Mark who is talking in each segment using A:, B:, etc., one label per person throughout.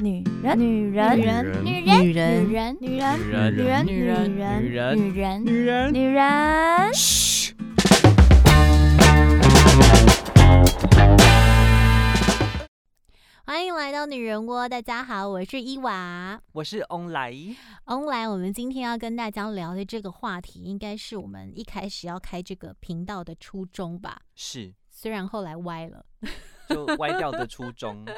A: 女人，女人，
B: 女人
C: 女
A: 女人，
C: 嗯
B: 女人，女人，
C: 女
B: 女
C: 人，
B: 人，
A: 女人
B: 女人，
A: 女人，
B: 女人，
A: 女人。
B: 嘘，
C: 欢迎来到女人窝，大家好，我是伊娃。
B: 我是翁来，
C: online，我们今天要跟大家聊的这个话题，应该是我们一开始要开这个频道的初衷吧。
B: 是
C: 虽然后来歪了，
B: 就歪掉的初衷。哦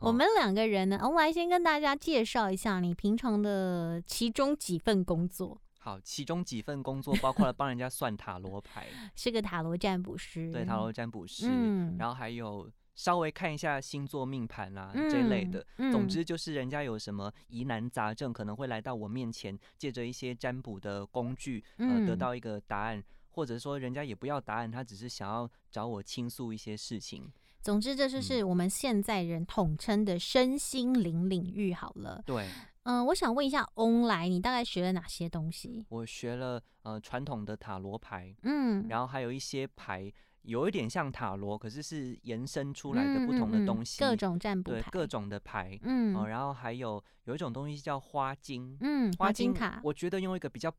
C: 我们两个人呢，哦翁来先跟大家介绍一下你平常的其中几份工作，
B: 好，其中几份工作包括了帮人家算塔罗牌，
C: 是个塔罗占卜师，
B: 对塔罗占卜师，
C: 嗯，
B: 然后还有稍微看一下星座命盘啦、这一类的。
C: 嗯，
B: 总
C: 嗯
B: 之就是人家有什么疑难杂症，可能会来到我面前，借着一些占卜的工具，呃，得
C: 嗯
B: 到一个答案，或者说人家也不要答案，他只是想要找我倾诉一些事情。
C: 总之，这就是
B: 嗯
C: 我们现在人统称的身心灵领域好了。
B: 对
C: 嗯、我想问一下翁来，你大概学了哪些东西？
B: 我学了呃传统的塔罗牌，
C: 嗯，
B: 然后还有一些牌，有一点像塔罗，可是是延伸出来的不
C: 嗯
B: 同
C: 嗯
B: 的
C: 嗯
B: 东西，
C: 各种占卜
B: 对
C: 牌，
B: 各种的牌。
C: 嗯，
B: 哦，然后还有有一种东西叫花精，
C: 嗯，花
B: 精
C: 金卡，
B: 我觉得用一个比较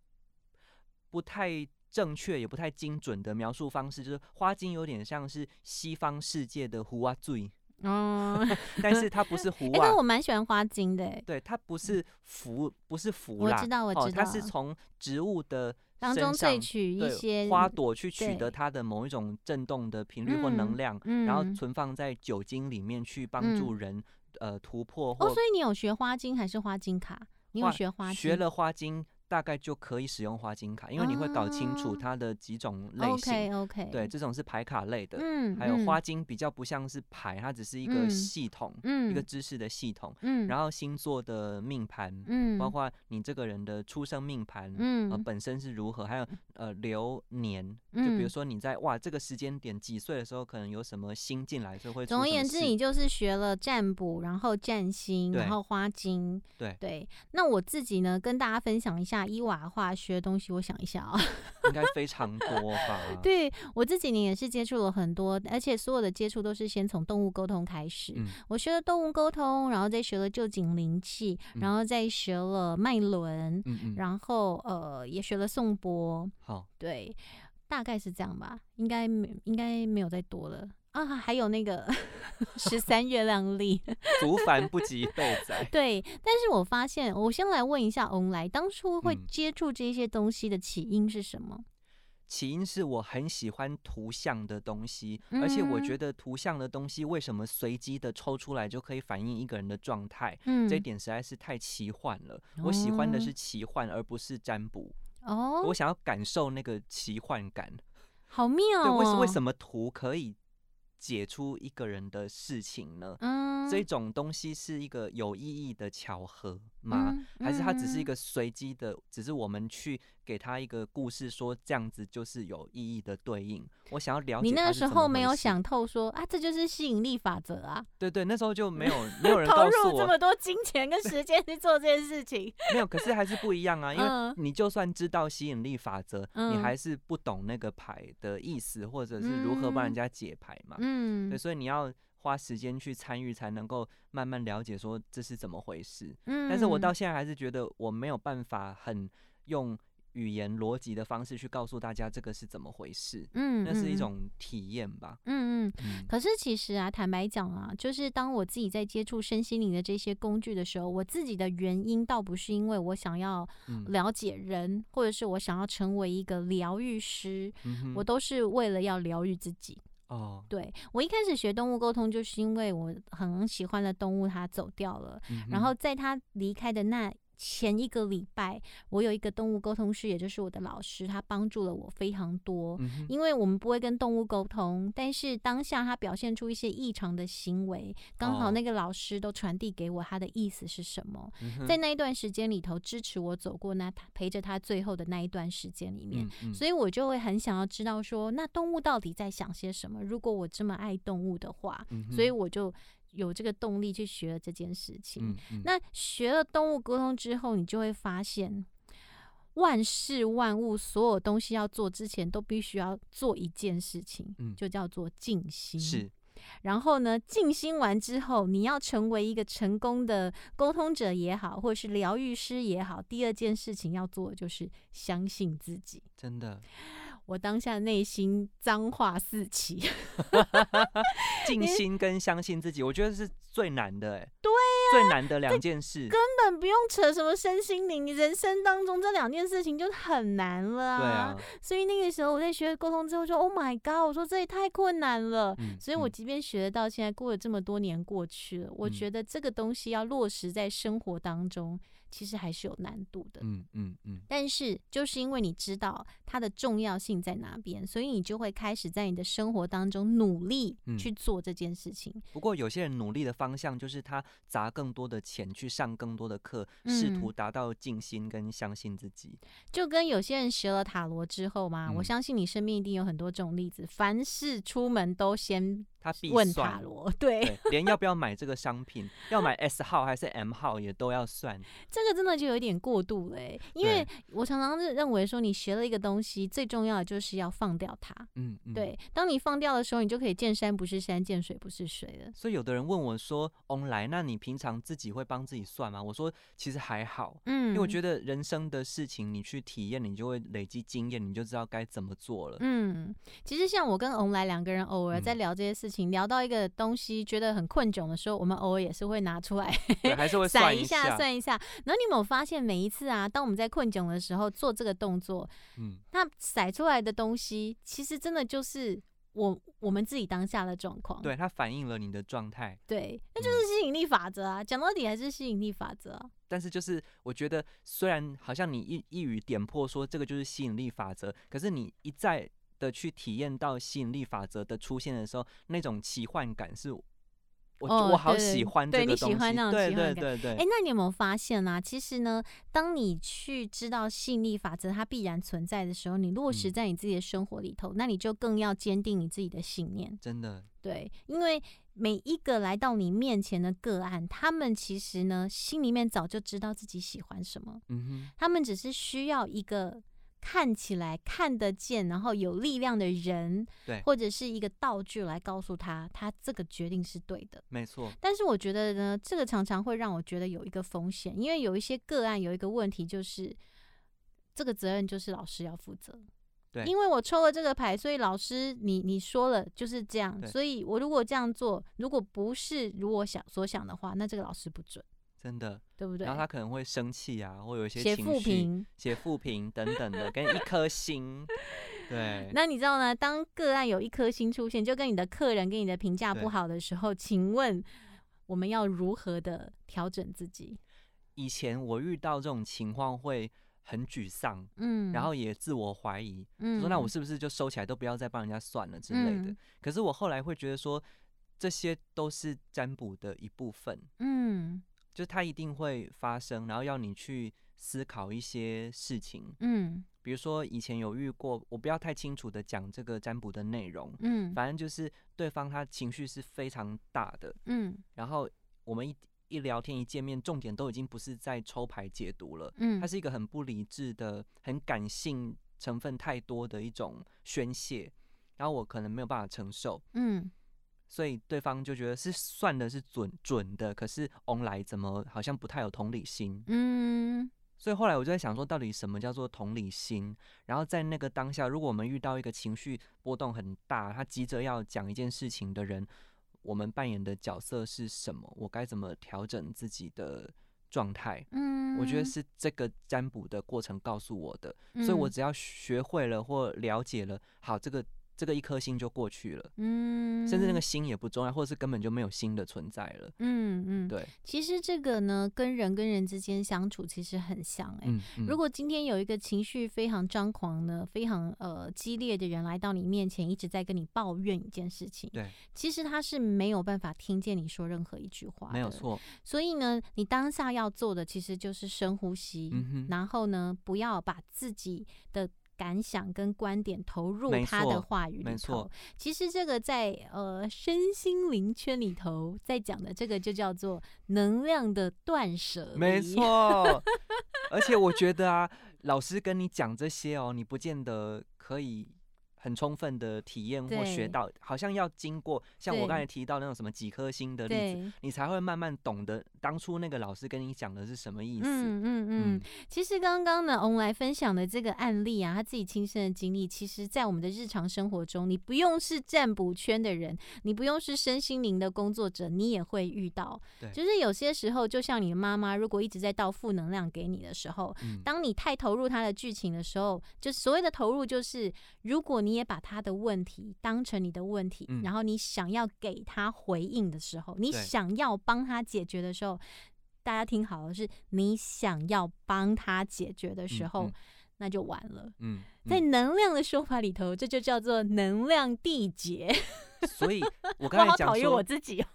B: 不太正确也不太精准的描述方式，就是花精有点像是西方世界的胡啊醉，
C: 哦，哎、
B: 但是它不是胡啊
C: 但我，蛮喜欢花金的欸，
B: 对，它不是符，不是符
C: 我
B: 啦，
C: 知道，我
B: 哦，
C: 知道，
B: 它是从植物的
C: 当
B: 身
C: 中萃
B: 上
C: 取一
B: 对
C: 些
B: 花，朵去取
C: 对
B: 得它的某一种振动的频率或能量，
C: 嗯，
B: 然后存放在酒精里面去帮助人、呃突破或
C: 哦，所以你有学花金还是花金卡？你有
B: 化
C: 学花金？
B: 学了花精，大概就可以使用花精卡，因为你会搞清楚
C: 啊
B: 它的几种类
C: ，OK
B: 型。
C: OK，
B: 对，，这种是牌卡类的，
C: 嗯，
B: 还有
C: 嗯
B: 花，精比较不像是牌，它只是一个
C: 嗯
B: 系统，
C: 嗯，
B: 一个，知识的系统。
C: 嗯，
B: 然后星座的命盘，
C: 嗯，
B: 包括你这个人的出生命盘，
C: 嗯，
B: 呃本身是如何，还有呃流年，就比如
C: 嗯
B: 说你在哇这个时间点几岁的时候，可能有什么星进来，所以会出
C: 总而
B: 什么
C: 言之，
B: 事
C: 你就是学了占卜，然后占星，
B: 对
C: 然后花精，
B: 对
C: 对。那我自己呢，跟大家分享一下伊娃化学的东西，我想一下啊、
B: 应该非常多吧？，
C: 对我自己呢也是接触了很多，而且所有的接触都是先从动物沟通开始。
B: 嗯
C: 我学了动物沟通，然后再学了旧景灵气，
B: 嗯
C: 然后再学了脉轮，
B: 嗯嗯，
C: 然后呃也学了颂钵，
B: 好，
C: 对，大概是这样吧，应该没应该没有再多了。啊，还有那个 十三月亮历，，
B: 竹凡不及豆仔
C: 对，但是我发现，我先来问一下翁来，当初会
B: 嗯
C: 接触这些东西的起因是什么？
B: 起因是我很喜欢图像的东西，而且我
C: 嗯
B: 觉得图像的东西为什么随机的抽出来就可以反映一个人的状态，
C: 嗯，
B: 这一点实在是太奇幻了。我喜欢的
C: 哦
B: 是奇幻，而不是占卜。
C: 哦
B: 我，想要感受那个奇幻感。
C: 好妙
B: 对，为
C: 哦，
B: 什为什么图可以解出一个人的事情呢？
C: 嗯，
B: 这种东西是一个有意义的巧合吗？
C: 嗯
B: 还是它只是一
C: 嗯
B: 个随机的？只是我们去给他一个故事，说这样子就是有意义的对应。我想要了
C: 嗯
B: 解
C: 你那
B: 它
C: 个时
B: 是怎
C: 候
B: 么
C: 没
B: 回
C: 有
B: 事，
C: 想透说啊，这就是吸引力法则啊，
B: 对对，那时候就没有 没有人
C: 投
B: 告诉
C: 入这
B: 我，
C: 么多金钱跟时间去做这件事 情，
B: 没有，可是还是不一样 啊，因为。
C: 嗯
B: 你就算知道吸引力法则，你
C: 嗯
B: 还是不懂那个牌的意思，或者是如何帮
C: 嗯
B: 人家解牌嘛。对，
C: 嗯
B: 所以你要花时间去参与，才能够慢慢了解说这是怎么回事。
C: 嗯，
B: 但是我到现在还是觉得我没有办法很用语言逻辑的方式去告诉大家这个是怎么回事，
C: 嗯，
B: 那是一
C: 嗯。
B: 种体验吧。
C: 嗯嗯，
B: 嗯
C: 可是其实啊，坦白讲啊，就是当我自己在接触身心灵的这些工具的时候，我自己的原因倒不是因为我想要
B: 嗯
C: 了解人，或者是我想要成为一个疗愈师，
B: 嗯哼
C: 我都是为了要疗愈自己。
B: 哦，
C: 对我一开始学动物沟通，就是因为我很喜欢的动物它走掉了，
B: 嗯
C: 然
B: 哼
C: 后在它离开的那。前一个礼拜，我有一个动物沟通师，也就是我的老师，他帮助了我非常多。
B: 嗯哼
C: 因为我们不会跟动物沟通，但是当下他表现出一些异常的行为，刚
B: 哦
C: 好那个老师都传递给我他的意思是什么，
B: 嗯哼
C: 在那一段时间里头支持我走过那他陪着他最后的那一段时间里面。
B: 嗯嗯
C: 所以我就会很想要知道说，那动物到底在想些什么？如果我这么爱动物的话，
B: 嗯
C: 所以
B: 哼
C: 我就有这个动力去学了这件事情。
B: 嗯嗯
C: 那学了动物沟通之后，你就会发现，万事万物所有东西要做之前，都必须要做一件事情，
B: 嗯
C: 就叫做静心。
B: 是
C: 然后呢，静心完之后，你要成为一个成功的沟通者也好，或者是疗愈师也好，第二件事情要做的就是相信自己。
B: 真的
C: 我当下内心脏话四起，
B: 静心跟相信自己，我觉得是最难的、哎，对、最难的两件事，
C: 根本不用扯什么身心灵，你人生当中这两件事情就很难了
B: 对啊，
C: 所以那个时候我在学沟通之后说，Oh my god！我说这也太困难了。
B: 嗯
C: 所以我
B: 嗯
C: 即便学得到现在，过了这么多年过去了，我
B: 嗯
C: 觉得这个东西要落实在生活当中，其实还是有难度的。
B: 嗯嗯嗯，
C: 但是，就是因为你知道它的重要性在哪边，所以你就会开始在你的生活当中努力
B: 嗯
C: 去做这件事情。
B: 不过有些人努力的方向就是他砸更多的钱去上更多的课，
C: 嗯
B: 试图达到静心跟相信自己。
C: 就跟有些人学了塔罗之后嘛，我
B: 嗯
C: 相信你身边一定有很多这种例子。凡是出门都先
B: 他必
C: 问
B: 算
C: 塔罗，对，
B: 对，连要不要买这个商品，要买 S 号还是 M 号也都 要算。
C: 这个真的就有点过度了欸。因为我常常是认为说，你学了一个东西，最重要的就是要放掉它。
B: 嗯，嗯。
C: 对，当你放掉的时候，你就可以见山不是山，见水不是水了。
B: 所以有的人问我说：“online，那你平常自己会帮自己算吗？”我说：“其实还好，
C: 嗯，
B: 因为我觉
C: 得，
B: 得人生的事情你去体验，你就会累积经验，你就知道该怎么做了。
C: 嗯，其实像我跟欧莱两个人偶尔在
B: 嗯
C: 聊这些事情，聊到一个东西觉得很困窘的时候，我们偶尔也是会拿出来
B: 对，还 是会
C: 甩
B: 算
C: 下
B: 下。
C: 算一下。然后你有没有发现，每一次啊，当我们在困窘的时候做这个动作，
B: 嗯，
C: 那甩出来的东西，其实真的就是我我们自己当下的状况。
B: 对，它反映了你的状态。
C: 对，嗯那
B: 嗯
C: 就是吸引力法则啊！讲到底还是吸引力法则啊、
B: 但是就是我觉得，虽然好像你一一语点破说这个就是吸引力法则，可是你一再的去体验到吸引力法则的出现的时候，那种奇幻感是我、
C: 哦
B: 我好
C: 对
B: 喜欢
C: 对
B: 这
C: 你
B: 个
C: 喜
B: 东西，
C: 欢那种
B: 对
C: 奇
B: 对
C: 幻
B: 对对，
C: 哎、那你有没有发现啊？其实呢，当你去知道吸引力法则它必然存在的时候，你落实
B: 嗯
C: 在你自己的生活里头，那你就更要坚定你自己的信念。
B: 真的，
C: 对，因为每一个来到你面前的个案，他们其实呢，心里面早就知道自己喜欢什么，
B: 嗯
C: 他们只是需要一个看起来看得见，然后有力量的人，
B: 对
C: 或者是一个道具来告诉他，他这个决定是对的。
B: 哼，没错，
C: 但是我觉得呢，这个常常会让我觉得有一个风险，因为有一些个案有一个问题就是。这个责任就是老师要负责，
B: 对
C: 因为我抽了这个牌，所以老师你你说了就是这样，
B: 对
C: 所以我如果这样做，如果不是如我想所想的话，那这个老师不准，
B: 真的。
C: 对不对
B: 然？后他可能会生气啊，或有一些
C: 写
B: 情
C: 负
B: 绪，
C: 评，
B: 写负评等等的，跟一颗 心，对，
C: 那你知道呢？当个案有一颗心出现，就跟你的客人给你的评价
B: 对
C: 不好的时候，请问我们要如何的调整自己？
B: 以前我遇到这种情况会很沮丧，
C: 嗯，
B: 然后也自我怀疑，
C: 嗯
B: 就说那我是不是就收起来，都不要再帮人家算了之类的
C: 嗯。
B: 可是我后来会觉得说，这些都是占卜的一部分，
C: 嗯
B: 就是它一定会发生，然后要你去思考一些事情。
C: 嗯
B: 比如说以前有遇过，我不要太清楚的讲这个占卜的内容，
C: 嗯
B: 反正就是对方他情绪是非常大的，
C: 嗯
B: 然后我们一一聊天一见面，重点都已经不是在抽牌解读了，
C: 嗯，
B: 它是一个很不理智的、很感性成分太多的一种宣泄，然后我可能没有办法承受，
C: 嗯
B: 所以对方就觉得是算的是准准的，可是 on 来怎么好像不太有同理心，
C: 嗯
B: 所以后来我就在想说，到底什么叫做同理心？然后在那个当下，如果我们遇到一个情绪波动很大，他急着要讲一件事情的人，我们扮演的角色是什么？我该怎么调整自己的状态？
C: 嗯，
B: 我觉得是这个占卜的过程告诉我的，所以我
C: 嗯
B: 只要学会了或了解了，好，这个这个一颗心就过去了，
C: 嗯，
B: 甚至那个心也不重要，或者是根本就没有心的存在了。
C: 嗯嗯，
B: 对，
C: 其实这个呢，跟人跟人之间相处其实很像哎、
B: 嗯，嗯
C: 如果今天有一个情绪非常张狂的、非常呃激烈的人来到你面前，一直在跟你抱怨一件事情，
B: 对，
C: 其实他是没有办法听见你说任何一句话，
B: 没有。错，
C: 所以呢，你当下要做的其实就是深呼吸，
B: 嗯哼，
C: 然后呢，不要把自己的感想跟观点投入
B: 没
C: 他的
B: 错
C: 话语里
B: 没
C: 头
B: 错。
C: 其实这个在呃身心灵圈里头在讲的这个就叫做能量的断舍离。
B: 没，错。而且我觉得啊，老师跟你讲这些哦，你不见得可以。很充分的体验或
C: 对
B: 学到，好像要经过像我
C: 对
B: 刚才提到那种什么几颗星的例子，
C: 对，
B: 你才会慢慢懂得当初那个老师跟你讲的是什么意思。
C: 嗯嗯嗯
B: 嗯，
C: 其实刚刚呢，我们来分享的这个案例啊，他自己亲身的经历，其实在我们的日常生活中，你不用是占卜圈的人，你不用是身心灵的工作者，你也会遇到。
B: 对
C: 就是有些时候，就像你的妈妈，如果一直在倒负能量给你的时候，
B: 嗯
C: 当你太投入他的剧情的时候，就是所谓的投入，就是如果你也把他的问题当成你的问题，
B: 嗯
C: 然后你想要给他回应的时候，你
B: 对
C: 想要帮他解决的时候，大家听好了，是你想要帮他解决的时候，
B: 嗯
C: 那就完了。
B: 嗯，
C: 在
B: 嗯
C: 能量的说法里头，这就叫做能量缔结。
B: 所以我
C: 我
B: 刚才
C: 好
B: 讲
C: 讨厌
B: 说，
C: 我自己哦。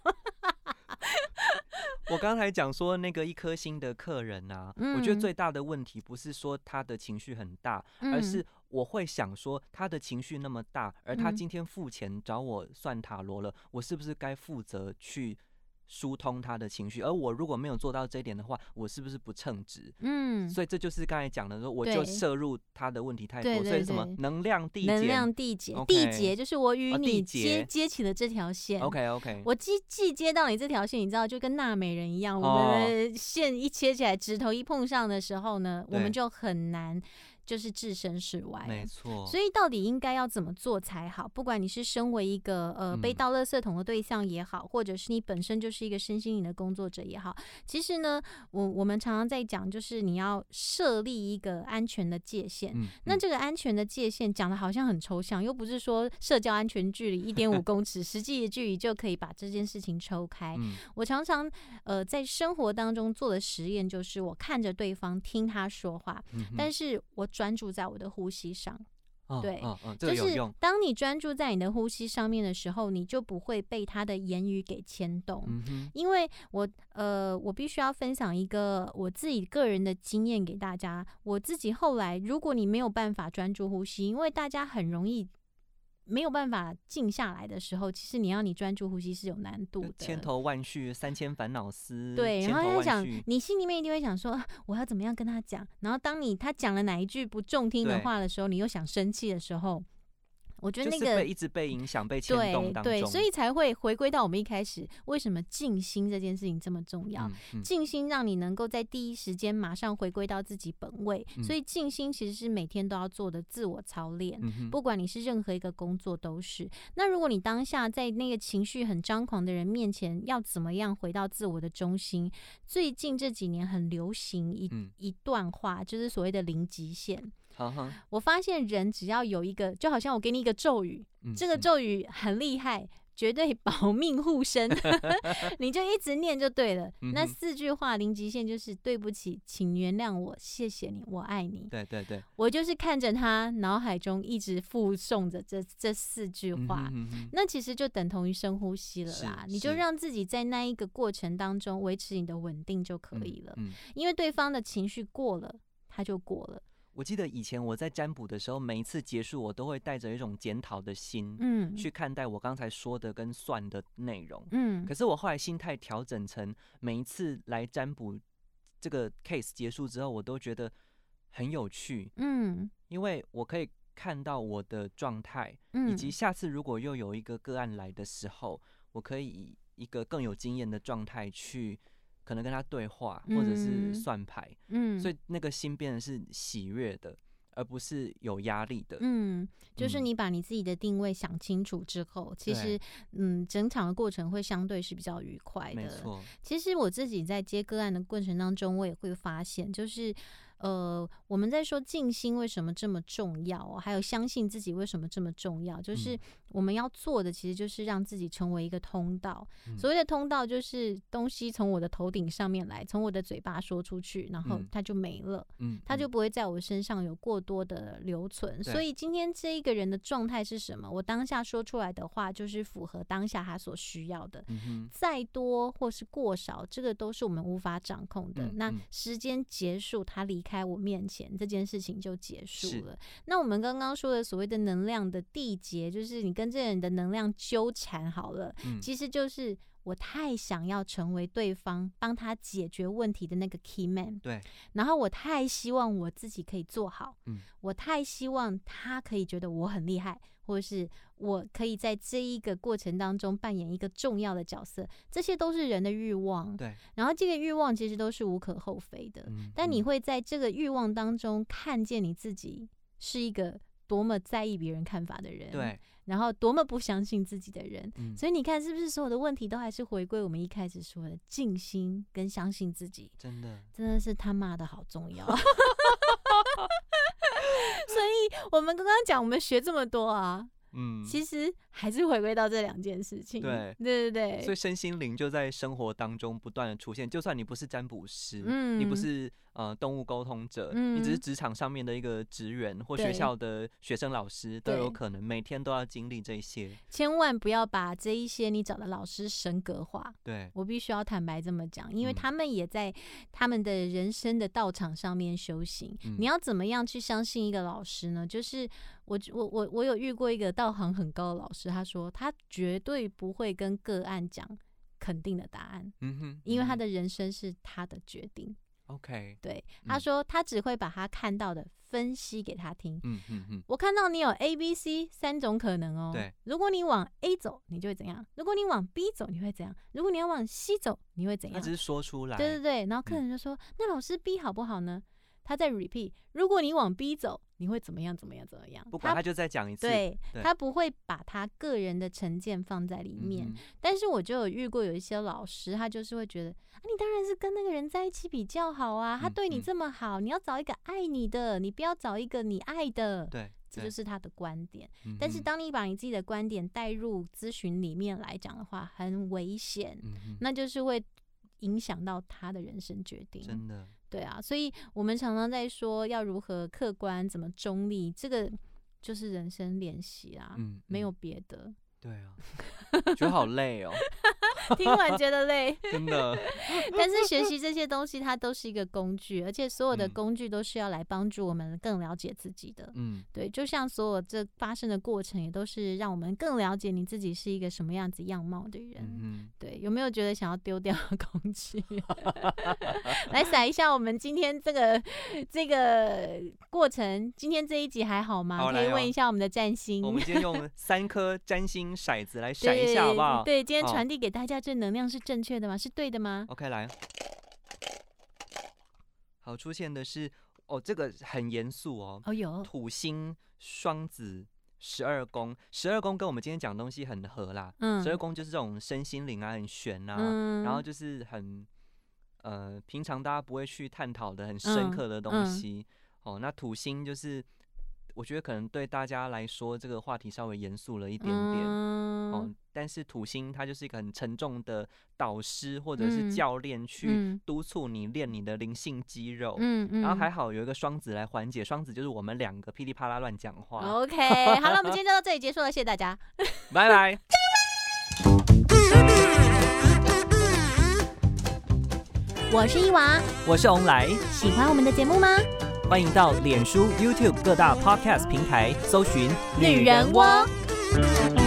B: 我刚才讲说那个一颗星的客人啊，我觉
C: 嗯
B: 得最大的问题不是说他的情绪很大，而是我会想说他的情绪那么大，而他
C: 嗯
B: 今天付钱找我算塔罗了，我是不是该负责去疏通他的情绪？而我如果没有做到这一点的话，我是不是不称职？
C: 嗯，嗯
B: 所以这就是刚才讲的说，我就
C: 对
B: 摄入他的问题太多，
C: 对
B: 所
C: 对
B: 以什么
C: 对
B: 能量缔
C: 能
B: 结
C: 量缔结，
B: OK
C: 缔结就是我与
B: 哦
C: 你
B: 缔结哦
C: 接接起了这条线。
B: OK OK，
C: 我既既接到你这条线，你知道，就跟纳美人一样，我
B: 哦
C: 们的线一切起来，指头一碰上的时候呢，我们
B: 对
C: 就很难就是置身事外。
B: 没错，
C: 所以到底应该要怎么做才好？不管你是身为一个呃
B: 嗯
C: 被倒垃圾桶的对象也好，或者是你本身就是一个身心灵的工作者也好，其实呢，我我们常常在讲，就是你要设立一个安全的界限。
B: 嗯，
C: 那
B: 嗯
C: 这个安全的界限讲的好像很抽象，又不是说社交安全距离一点 五公尺，实际的距离就可以把这件事情抽开。
B: 嗯
C: 我常常呃在生活当中做的实验就是，我看着对方听他说话，
B: 嗯哼
C: 但是我专注在我的呼吸上。
B: 哦
C: 对
B: 哦哦，
C: 就
B: 这个有
C: 是
B: 用，
C: 当你专注在你的呼吸上面的时候，你就不会被他的言语给牵动。
B: 嗯哼，
C: 因为我呃，我必须要分享一个我自己个人的经验给大家。我自己后来，如果你没有办法专注呼吸，因为大家很容易没有办法静下来的时候，其实你要你专注呼吸是有难度
B: 就
C: 的。
B: 千头万绪，三千烦恼丝，
C: 对，
B: 千
C: 然后
B: 头
C: 他
B: 万
C: 想
B: 绪，
C: 你心里面一定会想说，啊我要怎么样跟他讲？然后当你他讲了哪一句不中听的
B: 对
C: 话的时候，你又想生气的时候，我觉得
B: 就
C: 那
B: 是
C: 个
B: 被一直被影响、被牵动
C: 对
B: 当中，
C: 对，所以才会回归到我们一开始为什么静心这件事情这么重要。
B: 嗯 嗯
C: 静心让你能够在第一时间马上回归到自己本位，
B: 嗯
C: 所以静心其实是每天都要做的自我操练。
B: 嗯哼，
C: 不管你是任何一个工作都是。那如果你当下在那个情绪很张狂的人面前，要怎么样回到自我的中心？最近这几年很流行一、
B: 嗯
C: 一段话，就是所谓的零极限。
B: 好好，
C: 我发现人只要有一个，就好像我给你一个咒语，
B: 嗯
C: 这个
B: 嗯
C: 咒语很厉害，绝对保 命护身，你就一直念就对了。那
B: 嗯哼
C: 四句话零极限就是对不起，请原谅我，谢谢你，我爱你。
B: 对对对，
C: 我就是看着他脑海中一直附送着这这四句
B: 嗯
C: 话。
B: 哼嗯哼
C: 那其实就等同于深呼吸了啦，
B: 是
C: 你就是让自己在那一个过程当中维持你的稳定就可以了，
B: 嗯，嗯
C: 因为对方的情绪过了，他就过了。
B: 我记得以前我在占卜的时候，每一次结束，我都会带着一种检讨的心
C: 嗯
B: 去看待我刚才说的跟算的内容。
C: 嗯
B: 可是我后来心态调整成，每一次来占卜这个 case 结束之后，我都觉得很有趣，
C: 嗯
B: 因为我可以看到我的状态，
C: 嗯，
B: 以及下次如果又有一个个案来的时候，我可以以一个更有经验的状态去。可能跟他对话，或者
C: 嗯
B: 是算牌，
C: 嗯，
B: 所以那个心变得是喜悦的，而不是有压力的。
C: 嗯，就是
B: 嗯
C: 你把你自己的定位想清楚之后，其
B: 对
C: 实嗯，整场的过程会相对是比较愉快
B: 没
C: 的。
B: 错，
C: 其实我自己在接个案的过程当中，我也会发现，就是呃，我们在说静心为什么这么重要哦，还有相信自己为什么这么重要，就是
B: 嗯
C: 我们要做的其实就是让自己成为一个通道。
B: 嗯
C: 所谓的通道，就是东西从我的头顶上面来，从我的嘴巴说出去，然后
B: 嗯
C: 它就没了。
B: 嗯，
C: 它就
B: 嗯
C: 不会在我身上有过多的留存。
B: 对
C: 所以今天这一个人的状态是什么，我当下说出来的话就是符合当下他所需要的。
B: 嗯哼，
C: 再多或是过少，这个都是我们无法掌控的。
B: 嗯
C: 那
B: 嗯
C: 时间结束，他离开我面前，这件事情就结
B: 是
C: 束了。那我们刚刚说的所谓的能量的缔结，就是你跟这个人的能量纠缠好了，
B: 嗯
C: 其实就是我太想要成为对方帮他解决问题的那个 key man，
B: 对，
C: 然后我太希望我自己可以做好，
B: 嗯
C: 我太希望他可以觉得我很厉害，或者是我可以在这一个过程当中扮演一个重要的角色，这些都是人的欲望，
B: 对，
C: 然后这个欲望其实都是无可厚非的，
B: 嗯，
C: 但你
B: 嗯
C: 会在这个欲望当中看见你自己是一个多么在意别人看法的人，，
B: 对，
C: 然后多么不相信自己的人。
B: 嗯，
C: 所以你看，是不是所有的问题都还是回归我们一开始说的静心跟相信自己？
B: 真的，
C: 真的是他妈的好重 要。所 以我们刚刚讲，我们学这么多啊，
B: 嗯，
C: 其实还是回归到这两件事情。
B: 对
C: 对对
B: 所
C: 对，
B: 以身心灵就在生活当中不断的出现，就算你不是占卜师，你不
C: 嗯
B: 是呃动物沟通者，你只是
C: 嗯
B: 职场上面的一个职员或学
C: 对
B: 校的学生老师，都
C: 对
B: 有可能每天都要经历这些。
C: 千万不要把这一些你找的老师神格化。
B: 对，
C: 我必须要坦白这么讲，因为
B: 嗯
C: 他们也在他们的人生的道场上面修行。
B: 嗯
C: 你要怎么样去相信一个老师呢？就是我我我我有遇过一个道行很高的老师，他说他绝对不会跟个案讲肯定的答案，
B: 嗯哼，
C: 因为他
B: 嗯
C: 的人生是他的决定。
B: 哼 OK，
C: 对，他
B: 嗯
C: 说他只会把他看到的分析给他听。
B: 嗯嗯嗯，
C: 我看到你有 A、B、C 三种可能哦。
B: 对，
C: 如果你往 A 走，你就会怎样；如果你往 B 走，你会怎样；如果你要往 C 走，你会怎
B: 他
C: 样
B: 只？是说出来，
C: 对对对。然后客
B: 嗯
C: 人就说：“那老师 B 好不好呢？”他在 repeat：“ 如果你往 B 走，你会怎么样？怎么样？怎么样？”
B: 不管
C: 他
B: 他就再讲一次，
C: 对
B: 对
C: 他不会把他个人的成见放在里
B: 嗯
C: 面。
B: 哼
C: 但是我就有遇过有一些老师，他就是会觉得啊，你当然是跟那个人在一起比较好啊，他
B: 嗯
C: 对你
B: 嗯
C: 这么好，你要找一个爱你的，你不要找一个你爱的。
B: 对，
C: 这
B: 对
C: 就，是他的观点。
B: 嗯
C: 但是
B: 哼
C: 当你把你自己的观点带入咨询里面来讲的话，很危险，
B: 嗯哼
C: 那就是会影响到他的人生决定。
B: 真的，
C: 对啊，所以我们常常在说要如何客观，怎么中立，这个就是人生练习啊，
B: 嗯，
C: 没
B: 嗯
C: 有别的。
B: 对啊，觉得好累哦，
C: 听完觉得累，
B: 真的，
C: 但是学习这些东西它都是一个工具，而且所有的
B: 嗯
C: 工具都是要来帮助我们更了解自己的。
B: 嗯，
C: 对，就像所有这发生的过程，也都是让我们更了解你自己是一个什么样子样貌的人。
B: 嗯
C: 对，有没有觉得想要丢掉的工 具？来甩一下我们今天这个这个过程，今天这一集还好吗？
B: 好
C: 可以
B: 来
C: 问
B: 哦
C: 一下我们的占星。
B: 哼，我们今 天用三颗占星骰子来
C: 对
B: 闪一下，好不好？
C: 对，今天
B: 哦
C: 传递给大家这能量是正确的吗？是对的吗？
B: OK，来。好，出现的是哦，这个很严肃哦。
C: 哦，有，
B: 土星双子十二宫，十二宫跟我们今天讲的东西很合啦。
C: 嗯
B: 十二宫就是这种身心灵啊，很玄啊，
C: 嗯，
B: 然后就是很呃，平常大家不会去探讨的很深
C: 嗯
B: 刻的东
C: 嗯
B: 西。哦，那土星就是我觉得可能对大家来说这个话题稍微严肃了一点点。哦
C: 嗯，，
B: 但是土星它就是一个很沉重的导师或者
C: 嗯
B: 是教练去
C: 嗯
B: 督促你练你的灵性肌肉。
C: 嗯嗯，
B: 然后还好有一个双子来缓解，双子就是我们两个噼里啪啦乱讲
C: 哦
B: 话，
C: OK，好了，我们今天就到这里结束了，谢谢大家。
B: 拜拜。
C: 我是伊娃，
B: 我是洪来，
C: 喜欢我们的节目吗？
B: 欢迎到脸书、YouTube 各大 Podcast 平台搜寻
C: 女人窝。
A: 嗯